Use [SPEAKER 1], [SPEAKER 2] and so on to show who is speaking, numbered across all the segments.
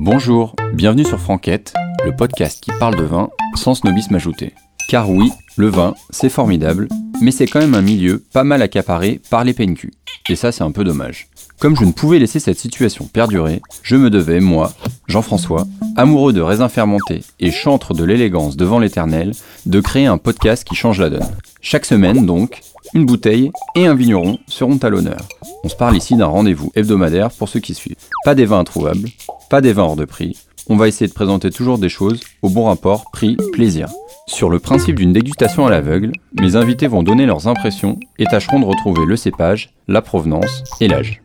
[SPEAKER 1] Bonjour, bienvenue sur Franquette, le podcast qui parle de vin sans snobisme ajouté. Car oui, le vin, c'est formidable, mais c'est quand même un milieu pas mal accaparé par les PNQ. Et ça, c'est un peu dommage. Comme je ne pouvais laisser cette situation perdurer, je me devais, moi, Jean-François, amoureux de raisins fermentés et chantre de l'élégance devant l'éternel, de créer un podcast qui change la donne. Chaque semaine, donc, une bouteille et un vigneron seront à l'honneur. On se parle ici d'un rendez-vous hebdomadaire pour ceux qui suivent. Pas des vins introuvables, pas des vins hors de prix. On va essayer de présenter toujours des choses au bon rapport prix-plaisir. Sur le principe d'une dégustation à l'aveugle, mes invités vont donner leurs impressions et tâcheront de retrouver le cépage, la provenance et l'âge.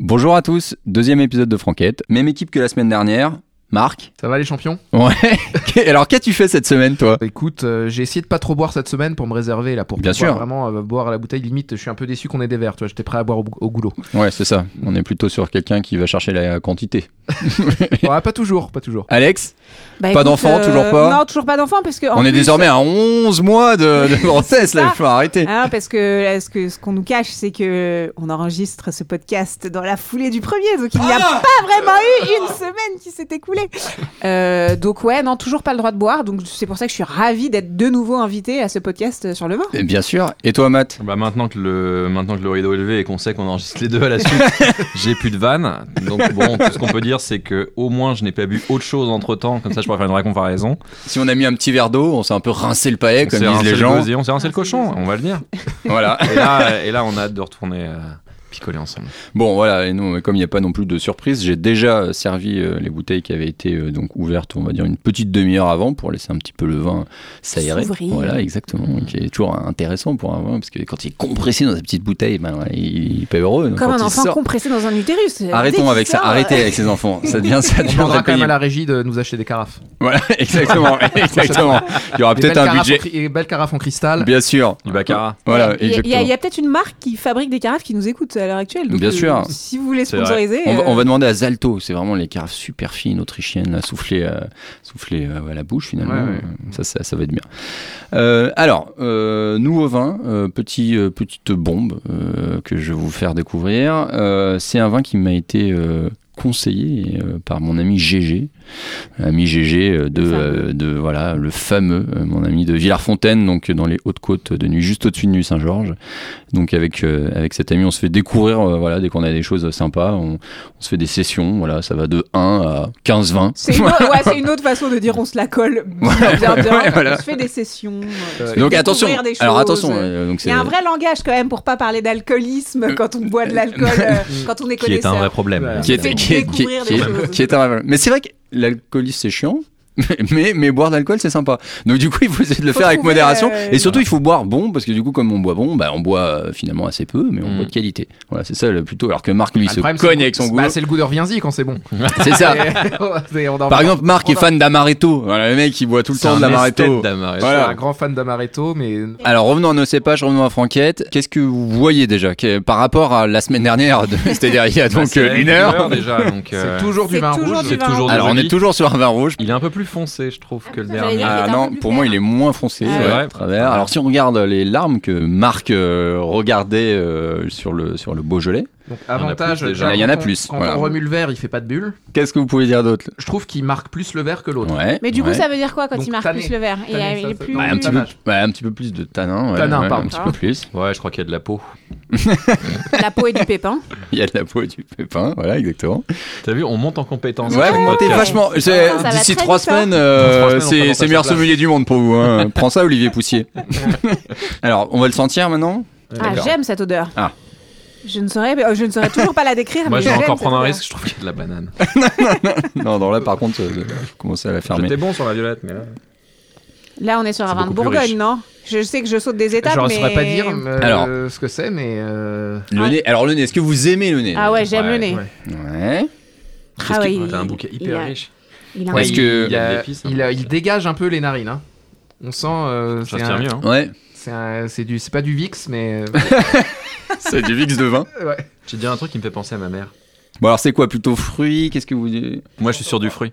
[SPEAKER 1] Bonjour à tous, deuxième épisode de Franquette, même équipe que la semaine dernière. Marc
[SPEAKER 2] Ça va les champions
[SPEAKER 1] Ouais. Alors qu'as-tu fait cette semaine toi
[SPEAKER 2] Écoute, euh, j'ai essayé de pas trop boire cette semaine pour me réserver là pour
[SPEAKER 1] Bien
[SPEAKER 2] pouvoir
[SPEAKER 1] sûr.
[SPEAKER 2] vraiment euh, boire à la bouteille limite. Je suis un peu déçu qu'on ait des verres, tu vois, j'étais prêt à boire au, au goulot.
[SPEAKER 1] Ouais, c'est ça. On est plutôt sur quelqu'un qui va chercher la quantité.
[SPEAKER 2] Ouais, pas toujours, pas toujours.
[SPEAKER 1] Alex,
[SPEAKER 3] Bah,
[SPEAKER 1] Pas
[SPEAKER 3] écoute,
[SPEAKER 1] d'enfant, toujours pas
[SPEAKER 3] Non, toujours pas d'enfant parce que. en
[SPEAKER 1] on est
[SPEAKER 3] plus-
[SPEAKER 1] désormais à 11 mois de, de grossesse là,
[SPEAKER 3] Ça.
[SPEAKER 1] il faut arrêter.
[SPEAKER 3] Ah, parce que là, ce que- ce qu'on nous cache, c'est que on enregistre ce podcast dans la foulée du premier, donc il n'y a pas vraiment eu une semaine qui s'est écoulée. Euh, donc ouais, non, toujours pas le droit de boire, donc c'est pour ça que je suis ravie d'être de nouveau invitée à ce podcast euh, sur le vin.
[SPEAKER 1] Et Bien sûr. Et toi Matt
[SPEAKER 4] Bah maintenant que le maintenant que le rideau est levé et qu'on sait qu'on enregistre les deux à la suite, j'ai plus de vannes. Donc bon, tout ce qu'on peut dire c'est que au moins je n'ai pas bu autre chose entre temps. Comme ça, je pourrais faire une vraie comparaison.
[SPEAKER 1] Si on a mis un petit verre d'eau, on s'est un peu rincé le palais
[SPEAKER 4] On
[SPEAKER 1] comme
[SPEAKER 4] s'est
[SPEAKER 1] disent
[SPEAKER 4] rincé
[SPEAKER 1] les
[SPEAKER 4] le
[SPEAKER 1] gens.
[SPEAKER 4] gosier, on s'est rincé
[SPEAKER 3] Ah,
[SPEAKER 4] le cochon, on va le dire.
[SPEAKER 1] Voilà.
[SPEAKER 4] Et là, et là, on a hâte de retourner euh, picoler ensemble.
[SPEAKER 1] Bon voilà, et nous, comme il n'y a pas non plus de surprise, j'ai déjà euh, servi euh, les bouteilles qui avaient été euh, donc ouvertes, on va dire une petite demi-heure avant pour laisser un petit peu le vin s'aérer.
[SPEAKER 3] S'ouvrir.
[SPEAKER 1] Voilà, exactement, qui est toujours euh, intéressant pour un vin parce que quand il est compressé dans sa petite bouteille, ben, il, il est pas heureux. Donc,
[SPEAKER 3] Comme
[SPEAKER 1] quand
[SPEAKER 3] un
[SPEAKER 1] il
[SPEAKER 3] enfant
[SPEAKER 1] sort-
[SPEAKER 3] compressé dans un utérus. euh, Dès
[SPEAKER 1] Arrêtons
[SPEAKER 3] qu'il
[SPEAKER 1] avec ça,
[SPEAKER 3] sort, euh,
[SPEAKER 1] arrêtez avec ces enfants. Ça devient, ça
[SPEAKER 2] On
[SPEAKER 1] devient
[SPEAKER 2] demandera quand même
[SPEAKER 1] payant.
[SPEAKER 2] à la régie de nous acheter des carafes.
[SPEAKER 1] Voilà, exactement, exactement. Il y aura
[SPEAKER 2] Des
[SPEAKER 1] Ah, peut-être
[SPEAKER 2] belles
[SPEAKER 1] un
[SPEAKER 2] carafes
[SPEAKER 1] budget.
[SPEAKER 2] en cri- et des belles carafes en cristal.
[SPEAKER 1] Bien sûr.
[SPEAKER 4] Du baccarat.
[SPEAKER 1] Voilà,
[SPEAKER 3] Il y a- il y a, il
[SPEAKER 1] exactement.
[SPEAKER 3] y a peut-être une marque qui fabrique des carafes qui nous écoute à l'heure actuelle. donc,
[SPEAKER 1] Bien
[SPEAKER 3] euh,
[SPEAKER 1] sûr.
[SPEAKER 3] Si vous voulez
[SPEAKER 4] C'est vrai.
[SPEAKER 3] sponsoriser.
[SPEAKER 1] On va,
[SPEAKER 3] euh,
[SPEAKER 1] on va demander à Zalto, c'est vraiment les carafes super fines autrichiennes, là, soufflées, euh, soufflées euh, à la bouche finalement.
[SPEAKER 2] Ouais, ouais.
[SPEAKER 1] Ça, ça, ça va être bien. Euh, alors, euh, nouveau vin, euh, petit, euh, petite bombe euh, que je vais vous faire découvrir. Euh, c'est un vin qui m'a été euh, conseillé euh, par mon ami GG, ami GG euh, de,
[SPEAKER 3] Le fameux.
[SPEAKER 1] euh, de voilà le fameux, euh, mon ami de Villars-Fontaine, donc dans les Hautes-Côtes de Nuit, juste au-dessus de Nuit-Saint-Georges. Donc avec euh, avec cet ami, on se fait découvrir euh, voilà dès qu'on a des choses sympas, on, on se fait des sessions, voilà, ça va de 1 à 15 20.
[SPEAKER 3] C'est une, autre- ouais, c'est une autre façon de dire on se la colle bien, bien, bien.
[SPEAKER 1] Ouais, voilà.
[SPEAKER 3] On se fait des sessions. euh,
[SPEAKER 1] Donc
[SPEAKER 2] Euh,
[SPEAKER 3] découvrir
[SPEAKER 1] attention.
[SPEAKER 3] des
[SPEAKER 1] Alors
[SPEAKER 3] choses.
[SPEAKER 1] attention, euh, donc
[SPEAKER 3] Il
[SPEAKER 1] c'est Euh,
[SPEAKER 3] y a un vrai langage quand même pour pas parler d'alcoolisme quand on boit de l'alcool, euh, quand on est
[SPEAKER 4] Qui est
[SPEAKER 3] connaisseur.
[SPEAKER 4] un vrai problème.
[SPEAKER 2] Voilà.
[SPEAKER 1] qui est,
[SPEAKER 3] Fait
[SPEAKER 1] qui est- qui est-
[SPEAKER 3] découvrir
[SPEAKER 1] qui
[SPEAKER 3] des
[SPEAKER 1] est-
[SPEAKER 3] choses.
[SPEAKER 1] qui est un vrai- Mais c'est vrai que l'alcoolisme c'est chiant, mais, mais boire de l'alcool c'est sympa. Donc du coup il faut essayer de le
[SPEAKER 3] Faut
[SPEAKER 1] faire avec
[SPEAKER 3] trouver,
[SPEAKER 1] modération
[SPEAKER 3] euh,
[SPEAKER 1] et surtout il faut boire bon parce que du coup comme on boit bon, bah on boit euh, finalement assez peu mais on
[SPEAKER 4] Mm.
[SPEAKER 1] boit de qualité. Voilà c'est ça le plutôt. Alors que Marc lui
[SPEAKER 2] Ah, le
[SPEAKER 1] se
[SPEAKER 2] problème, c'est
[SPEAKER 1] cogne
[SPEAKER 2] le-
[SPEAKER 1] avec son goût.
[SPEAKER 2] Bah, c'est le goût de Reviens-y quand c'est bon.
[SPEAKER 1] c'est ça.
[SPEAKER 2] Et on en
[SPEAKER 1] Par
[SPEAKER 2] parle.
[SPEAKER 1] exemple Marc est
[SPEAKER 2] on a-
[SPEAKER 1] fan d'amaretto. Voilà le mec il boit tout le
[SPEAKER 4] C'est
[SPEAKER 1] temps de
[SPEAKER 4] un esthète
[SPEAKER 1] l'amaretto.
[SPEAKER 4] d'amaretto.
[SPEAKER 2] Je suis
[SPEAKER 1] voilà.
[SPEAKER 2] un grand fan d'Amaretto, mais
[SPEAKER 1] Alors revenons à nos cépages, revenons à Franquette. Qu'est-ce que vous voyez déjà que- par rapport à la semaine dernière, de- c'est-à-dire il y a
[SPEAKER 4] Bah,
[SPEAKER 1] donc
[SPEAKER 4] c'est
[SPEAKER 1] euh, une heure
[SPEAKER 4] déjà. Donc euh,
[SPEAKER 2] c'est toujours du
[SPEAKER 3] c'est
[SPEAKER 2] vin
[SPEAKER 3] toujours
[SPEAKER 2] rouge.
[SPEAKER 3] du
[SPEAKER 4] c'est
[SPEAKER 3] vin
[SPEAKER 4] toujours
[SPEAKER 3] rouge.
[SPEAKER 4] du
[SPEAKER 1] Alors on
[SPEAKER 4] joli.
[SPEAKER 1] est toujours sur un vin rouge.
[SPEAKER 4] Il est un peu plus foncé, je trouve, que le
[SPEAKER 3] ça, j'allais
[SPEAKER 4] dernier.
[SPEAKER 3] dire.
[SPEAKER 1] Ah
[SPEAKER 3] Il est un
[SPEAKER 1] non,
[SPEAKER 3] peu plus
[SPEAKER 1] pour moi
[SPEAKER 3] clair.
[SPEAKER 1] il est moins foncé.
[SPEAKER 3] Ah
[SPEAKER 1] ouais,
[SPEAKER 4] ouais.
[SPEAKER 1] à travers. Alors si on regarde les larmes que Marc euh, regardait euh, sur le sur le Beaujolais,
[SPEAKER 2] Donc
[SPEAKER 4] en a
[SPEAKER 2] avantage.
[SPEAKER 4] plus déjà.
[SPEAKER 2] quand
[SPEAKER 1] Il y en a
[SPEAKER 2] on-
[SPEAKER 1] plus,
[SPEAKER 2] Quand
[SPEAKER 1] voilà.
[SPEAKER 2] on remue le verre, il fait pas de bulle.
[SPEAKER 1] qu'est-ce que vous pouvez dire d'autre
[SPEAKER 2] Je trouve qu'il marque plus le verre que l'autre.
[SPEAKER 1] Ouais.
[SPEAKER 3] Mais du coup,
[SPEAKER 1] ouais. Bah,
[SPEAKER 3] ça veut dire quoi quand
[SPEAKER 2] Donc,
[SPEAKER 3] il marque
[SPEAKER 2] tanné.
[SPEAKER 3] plus le verre Il, y a-
[SPEAKER 2] Tanné,
[SPEAKER 3] il
[SPEAKER 2] ça,
[SPEAKER 3] est
[SPEAKER 2] ça-
[SPEAKER 3] plus. euh,
[SPEAKER 2] Ouais,
[SPEAKER 1] un petit peu,
[SPEAKER 2] Tannage.
[SPEAKER 1] ouais, un petit peu plus de tanin. Ouais,
[SPEAKER 2] Tanin,
[SPEAKER 1] ouais,
[SPEAKER 2] pardon.
[SPEAKER 1] un petit peu plus.
[SPEAKER 4] Ouais, je crois qu'il y a de la peau.
[SPEAKER 3] La peau et du pépin.
[SPEAKER 1] Il y a de la peau et du pépin. Voilà, exactement.
[SPEAKER 4] T'as vu, on monte en compétence.
[SPEAKER 1] Ouais,
[SPEAKER 4] sur
[SPEAKER 1] vous
[SPEAKER 4] le
[SPEAKER 1] montez
[SPEAKER 4] podcast.
[SPEAKER 1] vachement. c'est-
[SPEAKER 3] Ça va
[SPEAKER 1] D'ici
[SPEAKER 3] très
[SPEAKER 1] trois
[SPEAKER 3] vite, hein.
[SPEAKER 1] semaines,
[SPEAKER 4] Dans trois
[SPEAKER 1] euh,
[SPEAKER 4] semaines, on
[SPEAKER 1] c'est
[SPEAKER 4] prend
[SPEAKER 1] c'est
[SPEAKER 4] sa
[SPEAKER 1] meilleur
[SPEAKER 4] place.
[SPEAKER 1] sommelier du monde pour vous. hein. Prends ça, Olivier Poussier. Alors, on va le sentir maintenant
[SPEAKER 3] Ah,
[SPEAKER 1] D'accord.
[SPEAKER 3] j'aime cette odeur.
[SPEAKER 1] Ah.
[SPEAKER 3] Je ne saurais, euh, je ne saurais toujours pas la décrire.
[SPEAKER 4] Moi,
[SPEAKER 3] mais
[SPEAKER 4] je vais
[SPEAKER 3] j'aime
[SPEAKER 4] encore
[SPEAKER 3] cette
[SPEAKER 4] prendre un
[SPEAKER 3] odeur.
[SPEAKER 4] risque, je trouve qu'il y a de la banane.
[SPEAKER 1] Non, non, là par contre, euh, je commence à la fermer.
[SPEAKER 4] J'étais bon sur la violette, mais là.
[SPEAKER 3] Ah Là, on est sur un
[SPEAKER 4] C'est
[SPEAKER 3] vin de
[SPEAKER 4] beaucoup plus
[SPEAKER 3] Bourgogne,
[SPEAKER 4] riche.
[SPEAKER 3] non Je sais que je saute des étapes,
[SPEAKER 2] Je ne
[SPEAKER 3] mais.
[SPEAKER 2] saurais pas dire euh,
[SPEAKER 1] Alors.
[SPEAKER 2] ce que c'est, mais euh,
[SPEAKER 1] Le
[SPEAKER 3] Ah.
[SPEAKER 1] nez. Alors le nez. Est-ce que vous aimez le nez
[SPEAKER 3] Ah ouais, j'aime
[SPEAKER 4] Ouais,
[SPEAKER 3] le nez.
[SPEAKER 2] ouais.
[SPEAKER 1] Ouais.
[SPEAKER 3] Ah ouais, il-
[SPEAKER 4] T'as un bouquet
[SPEAKER 3] il a-
[SPEAKER 4] hyper riche.
[SPEAKER 3] il a un-
[SPEAKER 1] Ouais, Parce
[SPEAKER 2] il,
[SPEAKER 1] que-
[SPEAKER 2] il, a-
[SPEAKER 4] Il y a de l'épice, hein.
[SPEAKER 2] il a- il dégage un peu les narines. hein. On sent. euh,
[SPEAKER 4] Ça
[SPEAKER 2] c'est
[SPEAKER 4] se
[SPEAKER 2] un-
[SPEAKER 4] tient mieux. Hein.
[SPEAKER 1] Ouais.
[SPEAKER 2] c'est un- c'est du, c'est pas du Vix, mais
[SPEAKER 1] C'est du vix de vin.
[SPEAKER 2] euh, ouais.
[SPEAKER 4] J'ai dit un truc qui me fait penser à ma mère.
[SPEAKER 1] Bon alors c'est quoi plutôt fruit Qu'est-ce que vous dites
[SPEAKER 4] Moi, je suis sur du fruit.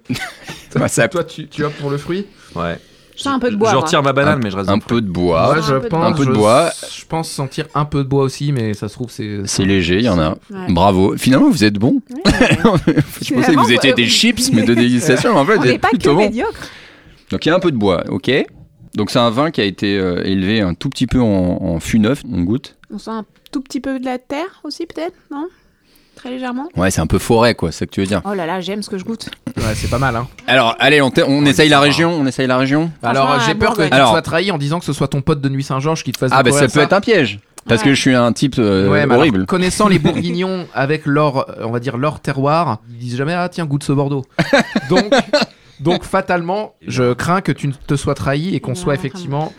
[SPEAKER 1] Bah, ça-
[SPEAKER 2] Toi, tu, tu optes pour le fruit.
[SPEAKER 4] Ouais.
[SPEAKER 3] sens un peu de bois.
[SPEAKER 4] je
[SPEAKER 3] moi.
[SPEAKER 4] retire ma banane, mais je reste.
[SPEAKER 1] Un peu de bois.
[SPEAKER 2] Ouais, je
[SPEAKER 3] Un peu de
[SPEAKER 2] pense,
[SPEAKER 1] bois. Un peu de
[SPEAKER 2] je-
[SPEAKER 1] bois.
[SPEAKER 2] Je pense sentir un peu de bois aussi, mais ça se trouve, c'est.
[SPEAKER 1] C'est léger, il y en a.
[SPEAKER 3] Ouais.
[SPEAKER 1] Bravo. Finalement, vous êtes bon.
[SPEAKER 3] Ouais, ouais.
[SPEAKER 1] Je pensais que
[SPEAKER 3] Finalement,
[SPEAKER 1] vous étiez
[SPEAKER 3] euh,
[SPEAKER 1] des chips, mais de dégustation. mais En fait,
[SPEAKER 3] On
[SPEAKER 1] vous
[SPEAKER 3] n'est
[SPEAKER 1] êtes
[SPEAKER 3] pas que
[SPEAKER 1] plutôt bon.
[SPEAKER 3] médiocre.
[SPEAKER 1] Donc il y a un peu de bois, ok donc c'est un vin qui a été euh, élevé un tout petit peu en, en fût neuf, on goûte.
[SPEAKER 3] On sent un tout petit peu de la terre aussi, peut-être, non Très légèrement.
[SPEAKER 1] Ouais, c'est un peu forêt quoi, c'est ça que tu veux dire.
[SPEAKER 3] Oh là là, j'aime ce que je goûte.
[SPEAKER 2] Ouais, c'est pas mal, hein.
[SPEAKER 1] Alors allez, on, te- on
[SPEAKER 4] Ouais,
[SPEAKER 1] essaye
[SPEAKER 4] ça
[SPEAKER 1] la
[SPEAKER 4] va.
[SPEAKER 1] région, on essaye la région.
[SPEAKER 2] Alors,
[SPEAKER 3] Franchement,
[SPEAKER 2] j'ai
[SPEAKER 3] la
[SPEAKER 2] peur que tu
[SPEAKER 3] Bourgogne.
[SPEAKER 1] Alors-
[SPEAKER 2] sois trahi en disant que ce soit ton pote de Nuit Saint-Georges qui te fasse
[SPEAKER 1] Ah bah ça
[SPEAKER 2] découvrir
[SPEAKER 1] peut être un piège, parce
[SPEAKER 3] Ouais.
[SPEAKER 1] que je suis un type euh,
[SPEAKER 2] Ouais, mais alors,
[SPEAKER 1] horrible.
[SPEAKER 2] connaissant les Bourguignons avec leur, euh, on va dire leur terroir, ils disent jamais ah tiens goûte ce Bordeaux. donc, donc fatalement, je crains que tu ne te sois trahi et qu'on
[SPEAKER 3] Non,
[SPEAKER 2] soit
[SPEAKER 3] non,
[SPEAKER 2] effectivement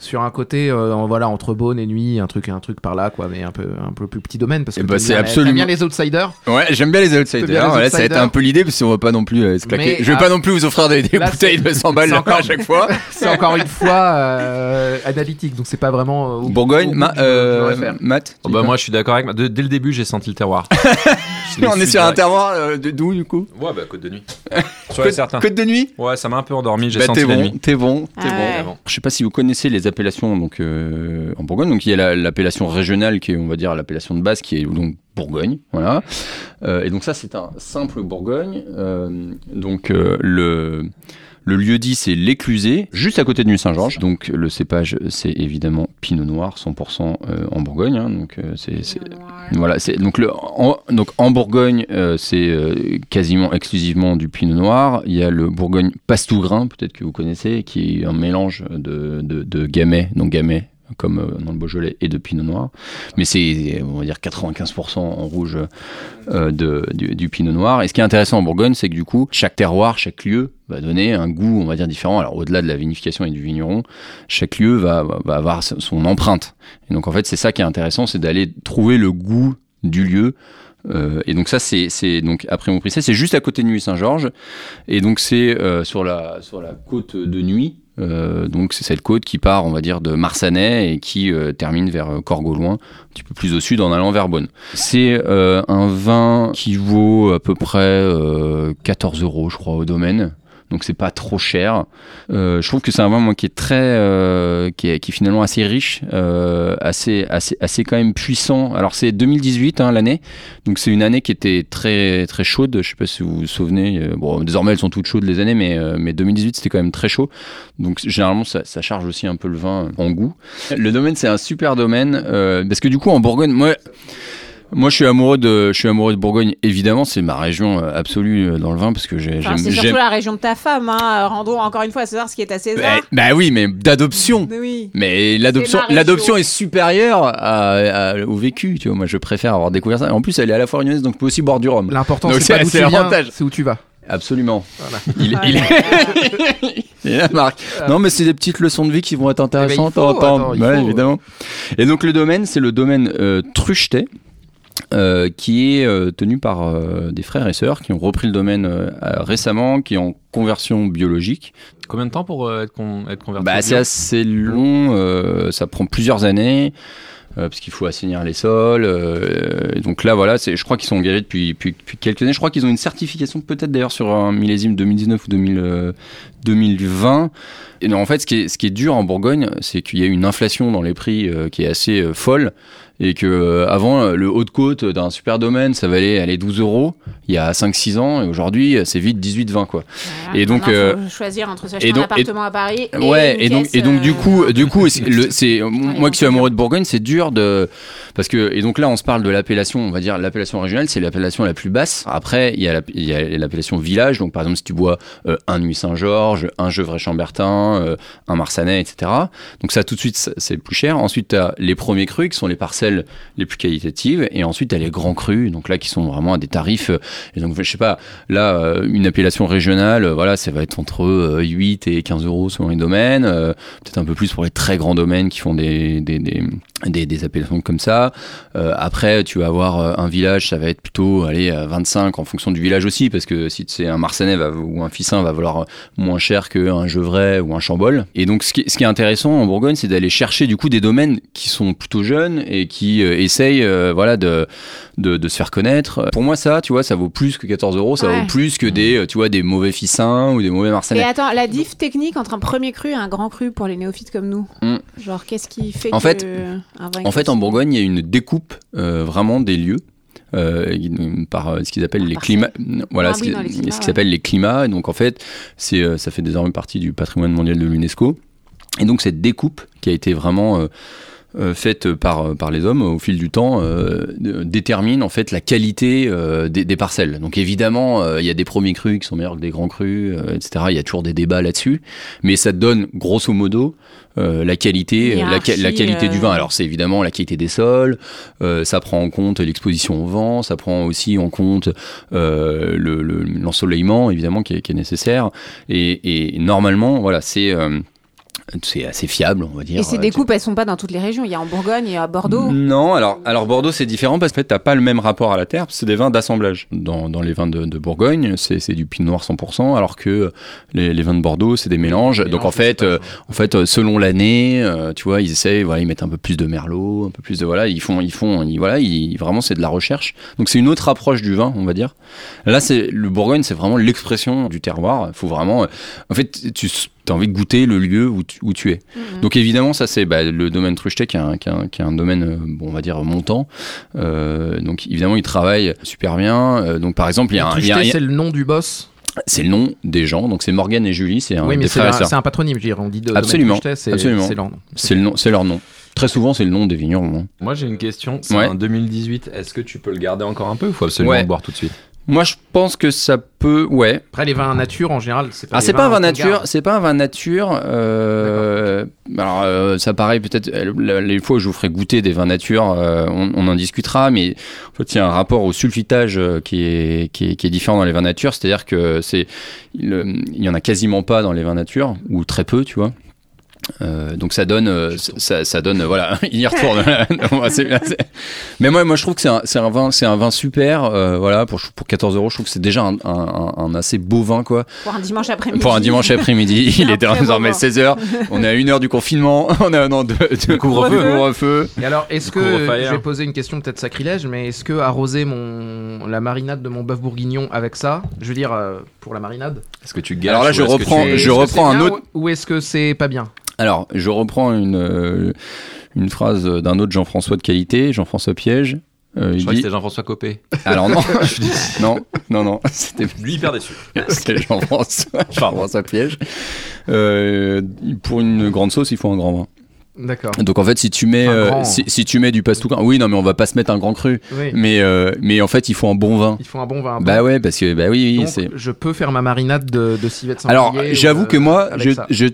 [SPEAKER 2] sur un côté, euh, en- voilà entre Beaune et Nuit, un truc, un truc par là quoi, mais un peu, un peu plus petit domaine parce que
[SPEAKER 1] Eh ben,
[SPEAKER 2] t'aimes
[SPEAKER 1] c'est
[SPEAKER 2] bien la-
[SPEAKER 1] absolument-
[SPEAKER 2] t'aimes bien les outsiders.
[SPEAKER 1] Ouais, j'aime bien les outsiders.
[SPEAKER 2] J'aime bien les
[SPEAKER 1] Ouais, ça a été
[SPEAKER 2] outsiders.
[SPEAKER 1] un peu l'idée, parce qu'on va pas non plus euh, se claquer. je
[SPEAKER 2] Mais,
[SPEAKER 1] vais
[SPEAKER 2] ah,
[SPEAKER 1] pas non plus vous offrir des, des
[SPEAKER 2] là,
[SPEAKER 1] bouteilles de 100 balles
[SPEAKER 2] c'est encore-
[SPEAKER 1] à chaque fois.
[SPEAKER 2] C'est encore une fois euh, analytique, donc c'est pas vraiment. euh, au- au
[SPEAKER 1] Bourgogne,
[SPEAKER 2] bout
[SPEAKER 1] Ma-
[SPEAKER 2] du- du
[SPEAKER 1] euh,
[SPEAKER 2] référent.
[SPEAKER 1] Matt.
[SPEAKER 4] Oh, bah, moi, je suis d'accord avec. ma- de- Dès le début, j'ai senti le terroir. Je l'ai
[SPEAKER 1] on est
[SPEAKER 4] su
[SPEAKER 1] sur un
[SPEAKER 4] direct.
[SPEAKER 1] terroir euh, de d'où du coup
[SPEAKER 4] Ouais, bah, côte de nuit. Soyez
[SPEAKER 2] Ah.
[SPEAKER 4] certain.
[SPEAKER 1] Côte de nuit.
[SPEAKER 4] Ouais, ça m'a un peu endormi, j'ai
[SPEAKER 1] Bah,
[SPEAKER 4] senti
[SPEAKER 1] t'es
[SPEAKER 4] la
[SPEAKER 1] bon,
[SPEAKER 4] nuit.
[SPEAKER 1] t'es bon, t'es
[SPEAKER 3] Ah
[SPEAKER 1] bon.
[SPEAKER 3] ouais.
[SPEAKER 4] Avant.
[SPEAKER 1] Je sais pas si vous connaissez les appellations donc euh, en Bourgogne. Donc il y a la- l'appellation régionale qui est, on va dire, l'appellation de base qui est donc Bourgogne, voilà. Euh, et donc ça c'est un simple Bourgogne. Euh, donc euh, le le lieu dit c'est l'Éclusé, juste à côté de Nuit-Saint-Georges. Donc le cépage c'est évidemment Pinot Noir, 100% euh, en Bourgogne. hein. donc euh, c'est c'est- voilà, c'est donc le en, donc en Bourgogne, euh, c'est euh, quasiment exclusivement du Pinot Noir. Il y a le Bourgogne Pastougrain, peut-être que vous connaissez, qui est un mélange de de, de Gamay, non Gamay comme euh, dans le Beaujolais et de Pinot Noir, mais c'est euh, on va dire 95% en rouge euh, de, du, du Pinot Noir. Et ce qui est intéressant en Bourgogne, c'est que du coup, chaque terroir, chaque lieu va donner un goût, on va dire différent. Alors au-delà de la vinification et du vigneron, chaque lieu va, va- va avoir son empreinte. Et donc en fait, c'est ça qui est intéressant, c'est d'aller trouver le goût du lieu. Euh, et donc ça, c'est c'est- donc après mon c'est juste à côté de Nuit-Saint-Georges, et donc c'est euh, sur la sur la côte de Nuit. Euh, donc c'est cette côte qui part, on va dire, de Marsanais et qui euh, termine vers euh, Corgauloin, un petit peu plus au sud en allant vers Bonne. C'est euh, un vin qui vaut à peu près euh, 14 euros, je crois, au domaine. Donc c'est pas trop cher. Euh, je trouve que c'est un vin moi, qui est très, euh, qui, est, qui est finalement assez riche, euh, assez, assez, assez quand même puissant. Alors c'est 2018 hein, l'année, donc c'est une année qui était très, très chaude. Je sais pas si vous vous souvenez. euh, Bon, désormais elles sont toutes chaudes les années, mais, euh, mais 2018 c'était quand même très chaud. Donc généralement ça, ça charge aussi un peu le vin en goût. Le domaine c'est un super domaine euh, parce que du coup en Bourgogne, moi moi, je suis amoureux de, je suis amoureux de Bourgogne. Évidemment, c'est ma région euh, absolue euh, dans le vin parce que j'ai- j'aime.
[SPEAKER 3] Enfin, c'est
[SPEAKER 1] j'aime-
[SPEAKER 3] surtout la région de ta femme. Hein. Euh, Rendons encore une fois à César ce qui est à César.
[SPEAKER 1] Bah, bah oui, mais d'adoption.
[SPEAKER 3] Oui.
[SPEAKER 1] Mais l'adoption,
[SPEAKER 3] ma région.
[SPEAKER 1] l'adoption est supérieure à- à- au vécu. Tu vois, moi, je préfère avoir découvert ça. En plus, elle est à la fois réunionnaise, donc on peut aussi boire du rhum.
[SPEAKER 2] L'important
[SPEAKER 1] Donc,
[SPEAKER 2] c'est pas
[SPEAKER 1] c'est-
[SPEAKER 2] d'où
[SPEAKER 1] c'est
[SPEAKER 2] tu viens,
[SPEAKER 1] l'avantage. Euh,
[SPEAKER 2] c'est où tu vas.
[SPEAKER 1] Absolument.
[SPEAKER 2] Voilà. Euh,
[SPEAKER 1] Il,
[SPEAKER 3] Ouais.
[SPEAKER 1] il est, il est la marque. Non, mais c'est des petites leçons de vie qui vont être intéressantes
[SPEAKER 2] Eh ben, faut,
[SPEAKER 1] à entendre.
[SPEAKER 2] attends, il
[SPEAKER 1] Ouais,
[SPEAKER 2] faut.
[SPEAKER 1] évidemment. Et donc le domaine, c'est le domaine euh, Truchetet. euh, qui est euh, tenu par euh, des frères et sœurs qui ont repris le domaine euh, euh, récemment, qui est en conversion biologique.
[SPEAKER 4] Combien de temps pour euh, être, con- être converti au
[SPEAKER 1] Bah, c'est
[SPEAKER 4] bio
[SPEAKER 1] assez long, euh, ça prend plusieurs années, euh, parce qu'il faut assainir les sols. euh, et donc là, voilà, c'est, je crois qu'ils sont guéris depuis, depuis, depuis quelques années. Je crois qu'ils ont une certification, peut-être d'ailleurs sur un millésime 2019 ou 2000, euh, 2020. Et non, en fait, ce qui, est, ce qui est dur en Bourgogne, c'est qu'il y a une inflation dans les prix euh, qui est assez euh, folle. Et que euh, avant euh, le haut de côte d'un super domaine, ça valait aller 12 euros il y a 5-6 ans, et aujourd'hui, euh, c'est vite 18-20 quoi.
[SPEAKER 3] Voilà.
[SPEAKER 1] Et donc,
[SPEAKER 3] Maintenant,
[SPEAKER 1] euh,
[SPEAKER 3] faut choisir entre
[SPEAKER 1] et
[SPEAKER 3] s'acheter un
[SPEAKER 1] donc-
[SPEAKER 3] appartement à Paris. Et
[SPEAKER 1] Ouais,
[SPEAKER 3] une
[SPEAKER 1] et donc,
[SPEAKER 3] caisse,
[SPEAKER 1] et donc
[SPEAKER 3] euh,
[SPEAKER 1] du coup, du coup, c'est- le- c'est euh,
[SPEAKER 3] les
[SPEAKER 1] moi
[SPEAKER 3] gens
[SPEAKER 1] qui suis amoureux de Bourgogne, c'est dur de parce que et donc là on se parle de l'appellation, on va dire l'appellation régionale, c'est l'appellation la plus basse. Après il y a la- il y a l'appellation village, donc par exemple si tu bois euh, un nuit Saint-Georges, un Gevrey-Chambertin, euh, un Marsanais, etc. Donc ça tout de suite ça- c'est plus cher. Ensuite t'as les premiers crus qui sont les parcelles les plus qualitatives, et ensuite t'as les grands crus, donc là qui sont vraiment à des tarifs. euh, et donc je sais pas, Là, euh, une appellation régionale, euh, voilà, ça va être entre euh, 8 et 15 euros selon les domaines, euh, peut-être un peu plus pour les très grands domaines qui font des, des, des- des, des appellations comme ça. Euh, après, tu vas avoir euh, un village, ça va être plutôt allez, à 25 en fonction du village aussi, parce que si c'est un Marsanais va- ou un Fissin va valoir euh, moins cher qu'un Gevrey ou un Chambol. Et donc, ce qui, ce qui est intéressant en Bourgogne, c'est d'aller chercher du coup des domaines qui sont plutôt jeunes et qui euh, essayent euh, voilà, de, de, de se faire connaître. Pour moi, ça, tu vois, ça vaut plus que 14 euros, ça
[SPEAKER 3] Ouais.
[SPEAKER 1] vaut plus que des, euh, tu vois, des mauvais Fissins ou des mauvais
[SPEAKER 3] Et
[SPEAKER 1] Marsanais.
[SPEAKER 3] attends, la diff technique entre un premier cru et un grand cru pour les néophytes comme nous.
[SPEAKER 1] Hmm.
[SPEAKER 3] Genre, qu'est-ce qui fait
[SPEAKER 1] En
[SPEAKER 3] que
[SPEAKER 1] fait-
[SPEAKER 3] un vrai
[SPEAKER 1] En fait,
[SPEAKER 3] cru-
[SPEAKER 1] en Bourgogne, il y a une découpe euh, vraiment des lieux. euh, par euh, ce qu'ils appellent les
[SPEAKER 3] parcelles.
[SPEAKER 1] climats voilà
[SPEAKER 3] Ah
[SPEAKER 1] ce
[SPEAKER 3] oui,
[SPEAKER 1] qui-
[SPEAKER 3] dans les
[SPEAKER 1] ce
[SPEAKER 3] climats,
[SPEAKER 1] qu'ils
[SPEAKER 3] ouais.
[SPEAKER 1] appellent les climats et donc en fait c'est euh, ça fait désormais partie du patrimoine mondial de l'UNESCO et donc cette découpe qui a été vraiment euh, euh, faite par euh, par les hommes au fil du temps euh, d- détermine en fait la qualité euh, des, des parcelles donc évidemment euh, il y a des premiers crus qui sont meilleurs que des grands crus euh, etc il y a toujours des débats là-dessus mais ça te donne grosso modo euh, la qualité euh, la, ca- la
[SPEAKER 3] Hiérarchie,
[SPEAKER 1] qualité du
[SPEAKER 3] euh,
[SPEAKER 1] vin alors c'est évidemment la qualité des sols euh, ça prend en compte l'exposition au vent, ça prend aussi en compte euh, le- le- l'ensoleillement, évidemment, qui est, qui est nécessaire. Et, et normalement, voilà, c'est euh, c'est assez fiable, on va dire.
[SPEAKER 3] Et ces
[SPEAKER 1] Euh,
[SPEAKER 3] découpes, elles sont pas dans toutes les régions. Il y a en Bourgogne, il y a à Bordeaux.
[SPEAKER 1] non, alors, alors Bordeaux c'est différent parce que tu n'as pas le même rapport à la terre, parce que c'est des vins d'assemblage. Dans, dans les vins de, de Bourgogne, c'est c'est du pinot noir 100%, alors que euh, les, les vins de Bordeaux c'est des mélanges. Donc en fait, euh, en fait euh, selon l'année, euh, tu vois, ils essayent, voilà, ils mettent un peu plus de merlot, un peu plus de voilà, ils font, ils font, ils- voilà, ils- vraiment c'est de la recherche. Donc c'est une autre approche du vin, on va dire. Là, c'est le Bourgogne, c'est vraiment l'expression du terroir. Faut vraiment, euh, en fait, tu as envie de goûter le lieu où tu- où tu es.
[SPEAKER 2] Mm.
[SPEAKER 3] Mhm.
[SPEAKER 1] Donc évidemment, ça c'est bah, le domaine Trucheté qui est un, qui est un- qui est un domaine, euh, bon, on va dire, montant. Euh, donc évidemment, il travaille super bien. Euh, donc par exemple, il y a un... il y a- il y a-
[SPEAKER 2] c'est le nom du boss.
[SPEAKER 1] C'est le nom des gens, donc c'est Morgan et Julie, c'est un
[SPEAKER 2] oui, mais
[SPEAKER 1] des
[SPEAKER 2] c'est
[SPEAKER 1] frères et
[SPEAKER 2] un,
[SPEAKER 1] sœurs.
[SPEAKER 2] c'est un patronyme, je veux dire. On dit deux.
[SPEAKER 1] Absolument,
[SPEAKER 2] Domaine Truchetet, c'est-
[SPEAKER 1] absolument.
[SPEAKER 2] C'est leur nom.
[SPEAKER 1] C'est le nom- c'est leur nom. Très souvent, c'est le nom des vignerons. hein.
[SPEAKER 4] Moi j'ai une question, c'est
[SPEAKER 1] Ouais.
[SPEAKER 4] en 2018, est-ce que tu peux le garder encore un peu ou faut absolument
[SPEAKER 1] Ouais.
[SPEAKER 4] le boire tout de suite
[SPEAKER 1] Moi, je pense que ça peut... Ouais.
[SPEAKER 2] Après, les vins nature, en général, c'est pas.
[SPEAKER 1] Ah,
[SPEAKER 2] des
[SPEAKER 1] c'est pas un
[SPEAKER 2] vins
[SPEAKER 1] vin
[SPEAKER 2] qu'on
[SPEAKER 1] nature,
[SPEAKER 2] garde.
[SPEAKER 1] c'est pas un vin nature. euh, alors, euh, ça paraît peut-être euh, la- les fois où je vous ferai goûter des vins nature, euh, on, on en discutera, mais en fait, il y a un rapport au sulfitage euh, qui est, qui est, qui est différent dans les vins nature, c'est-à-dire que c'est, il, euh, il y en a quasiment pas dans les vins nature ou très peu, tu vois. Euh, donc ça donne, euh, ça, ça donne, euh, voilà, il y retourne. Non, c'est- c'est- mais moi, moi, je trouve que c'est un, c'est un vin, c'est un vin super, euh, voilà, pour pour 14 euros, je trouve que c'est déjà un, un- un- un assez beau vin, quoi.
[SPEAKER 3] Pour un dimanche après-midi.
[SPEAKER 1] Pour un dimanche après-midi, il
[SPEAKER 3] Un
[SPEAKER 1] était
[SPEAKER 3] très
[SPEAKER 1] désormais
[SPEAKER 3] bon
[SPEAKER 1] 16h. On est à une heure du confinement. On est à un an de, de
[SPEAKER 4] couvre-feu.
[SPEAKER 1] couvre-feu.
[SPEAKER 2] Et alors, est-ce que
[SPEAKER 4] Du coup,
[SPEAKER 2] euh,
[SPEAKER 4] Raphaël.
[SPEAKER 2] je vais poser une question peut-être sacrilège, mais est-ce que arroser mon la marinade de mon bœuf bourguignon avec ça, je veux dire euh, pour la marinade,
[SPEAKER 4] Est-ce que tu gâches
[SPEAKER 1] Alors là,
[SPEAKER 4] ou
[SPEAKER 1] je
[SPEAKER 4] est-ce que
[SPEAKER 1] reprends-
[SPEAKER 4] tu-
[SPEAKER 2] est-ce
[SPEAKER 1] je
[SPEAKER 2] que
[SPEAKER 1] reprends
[SPEAKER 2] c'est
[SPEAKER 1] un
[SPEAKER 2] bien
[SPEAKER 1] autre-
[SPEAKER 2] ou ou est-ce que c'est pas bien
[SPEAKER 1] Alors, je reprends une, euh, une phrase d'un autre Jean-François de qualité, Jean-François Piège. Euh,
[SPEAKER 4] Je
[SPEAKER 1] il
[SPEAKER 4] crois que
[SPEAKER 1] dit...
[SPEAKER 4] c'était Jean-François Copé.
[SPEAKER 1] Alors non, non, non, non, c'était
[SPEAKER 4] Lui hyper déçu.
[SPEAKER 1] c'était Jean-François, Jean-François Piège. Euh, pour une grande sauce, il faut un grand vin.
[SPEAKER 2] D'accord.
[SPEAKER 1] Donc en fait, si tu mets,
[SPEAKER 2] Un
[SPEAKER 1] euh,
[SPEAKER 2] grand.
[SPEAKER 1] si, si tu mets du pastou, oui, non, mais on va pas se mettre un grand cru.
[SPEAKER 2] Oui.
[SPEAKER 1] Mais, euh, mais en fait, il faut un bon vin.
[SPEAKER 2] Il faut un bon vin. un
[SPEAKER 1] Bah
[SPEAKER 2] bon-
[SPEAKER 1] ouais, parce que bah oui, oui,
[SPEAKER 2] Donc,
[SPEAKER 1] c'est.
[SPEAKER 2] je peux faire ma marinade de, de civette sans
[SPEAKER 1] Alors, j'avoue que moi,
[SPEAKER 2] euh, avec
[SPEAKER 1] je,
[SPEAKER 2] ça.
[SPEAKER 1] je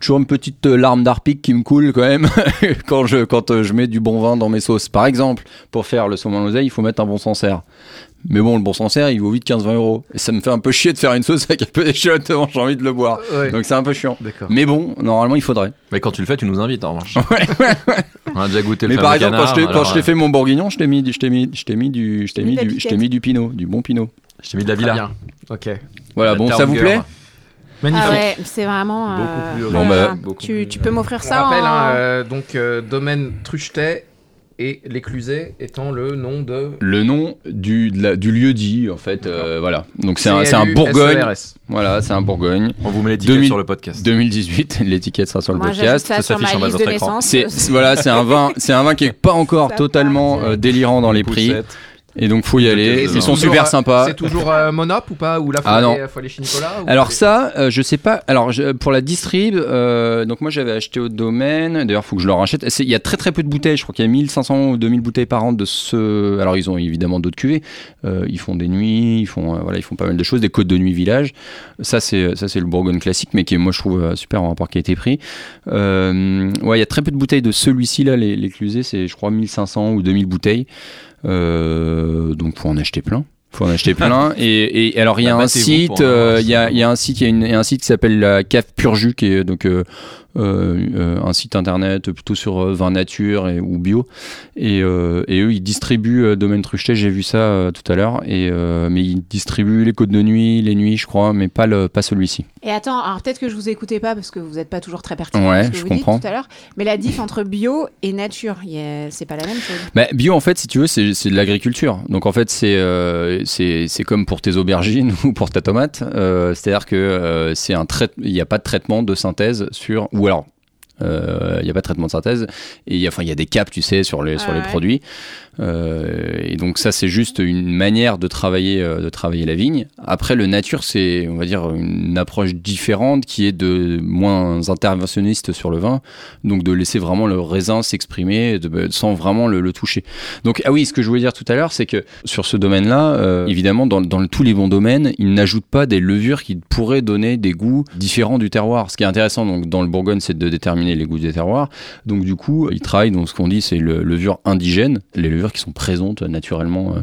[SPEAKER 1] toujours une petite euh, larme d'arpic qui me coule quand même quand je quand euh, je mets du bon vin dans mes sauces. Par exemple, pour faire le saumon à l'oseille, il faut mettre un bon Sancerre. Mais bon, le bon Sancerre, il vaut vite 15-20 euros. Et ça me fait un peu chier de faire une sauce avec un peu d'échalote devant, j'ai envie de le boire. Donc c'est un peu chiant.
[SPEAKER 2] D'accord.
[SPEAKER 1] Mais bon, normalement, il faudrait.
[SPEAKER 4] Mais quand tu le fais, tu nous invites en revanche.
[SPEAKER 1] Ouais,
[SPEAKER 4] On a déjà goûté le
[SPEAKER 1] Mais par
[SPEAKER 4] fameux
[SPEAKER 1] exemple,
[SPEAKER 4] canard,
[SPEAKER 1] quand je t'ai- quand
[SPEAKER 4] alors, euh,
[SPEAKER 1] je t'ai fait mon bourguignon, je t'ai mis, du- je t'ai mis, je t'ai mis du, je t'ai
[SPEAKER 3] Mis
[SPEAKER 1] mis
[SPEAKER 3] de la
[SPEAKER 1] du, je t'ai
[SPEAKER 3] piquette.
[SPEAKER 1] mis du pinot, du bon pinot.
[SPEAKER 4] je t'ai mis de la
[SPEAKER 2] Très
[SPEAKER 4] villa.
[SPEAKER 2] bien. Ok.
[SPEAKER 1] Voilà,
[SPEAKER 4] La
[SPEAKER 1] bon, ça
[SPEAKER 4] Tarn
[SPEAKER 1] vous
[SPEAKER 4] Girl.
[SPEAKER 1] plaît
[SPEAKER 2] Magnifique.
[SPEAKER 3] Ah ouais, c'est vraiment.
[SPEAKER 4] Beaucoup
[SPEAKER 3] euh,
[SPEAKER 4] plus-
[SPEAKER 1] Bon,
[SPEAKER 3] voilà.
[SPEAKER 1] bah,
[SPEAKER 4] beaucoup
[SPEAKER 3] tu,
[SPEAKER 4] plus-
[SPEAKER 3] tu peux m'offrir
[SPEAKER 2] On
[SPEAKER 3] ça
[SPEAKER 2] rappelle,
[SPEAKER 3] en-
[SPEAKER 2] hein, euh, donc euh, domaine Truchetet et l'éclusé étant le nom de.
[SPEAKER 1] Le nom du, de la- du lieu dit, en fait, euh, voilà. Donc c'est un, c'est un
[SPEAKER 2] CLUSERS.
[SPEAKER 1] Bourgogne. Voilà, c'est un Bourgogne.
[SPEAKER 4] On vous met l'étiquette
[SPEAKER 1] 2000
[SPEAKER 4] sur le podcast.
[SPEAKER 1] 2018, l'étiquette sera sur le
[SPEAKER 3] Moi, j'ajoute
[SPEAKER 1] podcast.
[SPEAKER 4] ça
[SPEAKER 3] ça sur
[SPEAKER 4] s'affiche
[SPEAKER 3] ma
[SPEAKER 4] en bas de
[SPEAKER 3] liste de
[SPEAKER 4] votre écran.
[SPEAKER 3] naissance.
[SPEAKER 1] C'est c'est- voilà, c'est un vin, c'est un vin qui est pas encore
[SPEAKER 3] Ça
[SPEAKER 1] totalement
[SPEAKER 3] part,
[SPEAKER 1] euh, délirant dans les
[SPEAKER 4] Pouce
[SPEAKER 1] prix,
[SPEAKER 4] sept.
[SPEAKER 1] et donc faut y aller.
[SPEAKER 4] Et c'est
[SPEAKER 1] Ils sont
[SPEAKER 2] toujours,
[SPEAKER 1] super
[SPEAKER 2] euh,
[SPEAKER 1] sympas.
[SPEAKER 2] C'est toujours euh, Monop ou pas Ou là, faut,
[SPEAKER 1] Ah
[SPEAKER 2] aller,
[SPEAKER 1] non.
[SPEAKER 2] faut aller chez Nicolas ou-
[SPEAKER 1] Alors ça, euh, je sais pas. Alors je- pour la distrib, euh, donc moi j'avais acheté au domaine. D'ailleurs, faut que je leur rachète. C'est- Il y a très très peu de bouteilles. Je crois qu'il y a 1500 ou 2000 bouteilles par an de ce. Alors ils ont évidemment d'autres cuvées. Euh, ils font des nuits, ils font euh, voilà, ils font pas mal de choses, des côtes de nuit village. Ça c'est ça c'est le Bourgogne classique, mais qui est, moi je trouve euh, super en rapport qui a été pris. Euh, ouais, il y a très peu de bouteilles de celui-ci là. Les, les Clusets, c'est je crois 1500 ou 2000 bouteilles. Euh, donc faut en acheter plein. Faut en acheter plein. et, et alors il y a
[SPEAKER 4] Bah,
[SPEAKER 1] un
[SPEAKER 4] battez-vous
[SPEAKER 1] site,
[SPEAKER 4] pour un-
[SPEAKER 1] euh, il y, a, il y a un site, il y a une- un site qui s'appelle la cave Purju qui est donc euh, euh, euh, un site internet plutôt sur euh, vin nature et, ou bio. Et, euh, et eux, ils distribuent euh, Domaine Truchetet, j'ai vu ça euh, tout à l'heure. Et euh, mais ils distribuent les côtes de nuit, les nuits, je crois, mais pas le, pas celui-ci.
[SPEAKER 3] Et attends, alors peut-être que je vous écoutais pas parce que vous n'êtes pas toujours très pertinent.
[SPEAKER 1] Ouais,
[SPEAKER 3] ce que
[SPEAKER 1] je
[SPEAKER 3] vous
[SPEAKER 1] comprends.
[SPEAKER 3] Dites tout à l'heure, mais la diff entre bio et nature, il y a- c'est pas la même chose.
[SPEAKER 1] Bah, bio, en fait, si tu veux, c'est c'est de l'agriculture. Donc, en fait, c'est euh, c'est c'est comme pour tes aubergines ou pour ta tomate. Euh, C'est-à-dire que euh, c'est un trait- il n'y a pas de traitement de synthèse sur. Ou alors, euh, il n'y a pas de traitement de synthèse. Et il y a- enfin, il y a des caps, tu sais, sur les, sur
[SPEAKER 3] Ah
[SPEAKER 1] les
[SPEAKER 3] ouais.
[SPEAKER 1] produits. Euh, et donc, ça, c'est juste une manière de travailler, euh, de travailler la vigne. Après, le nature, c'est, on va dire, une approche différente qui est de moins interventionniste sur le vin. Donc, de laisser vraiment le raisin s'exprimer de- bah, sans vraiment le- le toucher. Donc, ah oui, ce que je voulais dire tout à l'heure, c'est que sur ce domaine-là, euh, évidemment, dans, dans le- tous les bons domaines, ils n'ajoutent pas des levures qui pourraient donner des goûts différents du terroir. Ce qui est intéressant, donc, dans le Bourgogne, c'est de déterminer les goûts des terroirs. Donc, du coup, ils travaillent, donc, ce qu'on dit, c'est le levure indigène, les levures qui sont présentes euh, naturellement euh,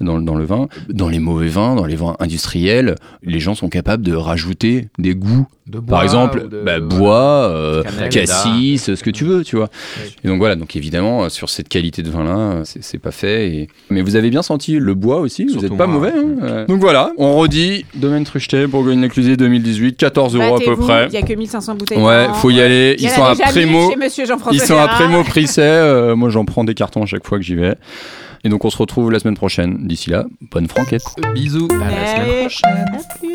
[SPEAKER 1] dans, le- dans le vin. Dans les mauvais vins, dans les vins industriels, les gens sont capables de rajouter des goûts.
[SPEAKER 2] De bois
[SPEAKER 1] Par exemple,
[SPEAKER 2] ou de-
[SPEAKER 1] bah, bois, euh,
[SPEAKER 2] Cannelle,
[SPEAKER 1] cassis, ce que tu veux, tu vois.
[SPEAKER 2] Ouais.
[SPEAKER 1] Et donc voilà, donc évidemment, euh, sur cette qualité de vin-là, euh, c'est c'est pas fait. et- Mais vous avez bien senti le bois aussi, vous
[SPEAKER 4] Surtout
[SPEAKER 1] n'êtes pas
[SPEAKER 4] moi.
[SPEAKER 1] mauvais. hein, euh. Donc voilà, on redit Domaine Trucheté, Bourgogne-Léclusier 2018, 14 euros à peu
[SPEAKER 3] Battez-vous,
[SPEAKER 1] près.
[SPEAKER 3] Il y a que 1500 bouteilles.
[SPEAKER 1] Ouais,
[SPEAKER 3] par an.
[SPEAKER 1] faut y aller.
[SPEAKER 3] Il y
[SPEAKER 1] Ils
[SPEAKER 3] en
[SPEAKER 1] sont
[SPEAKER 3] a
[SPEAKER 1] à
[SPEAKER 3] déjà mille
[SPEAKER 1] Primo.
[SPEAKER 3] Chez Monsieur Jean-François
[SPEAKER 1] Ils sont à
[SPEAKER 3] Ferrat.
[SPEAKER 1] Primo Prisset. euh, moi, j'en prends des cartons à chaque fois que j'y vais. Et donc, on se retrouve la semaine prochaine. D'ici là, bonne franquette.
[SPEAKER 2] Euh,
[SPEAKER 4] Bisous, à la semaine
[SPEAKER 3] Allez.
[SPEAKER 4] prochaine.
[SPEAKER 3] À plus.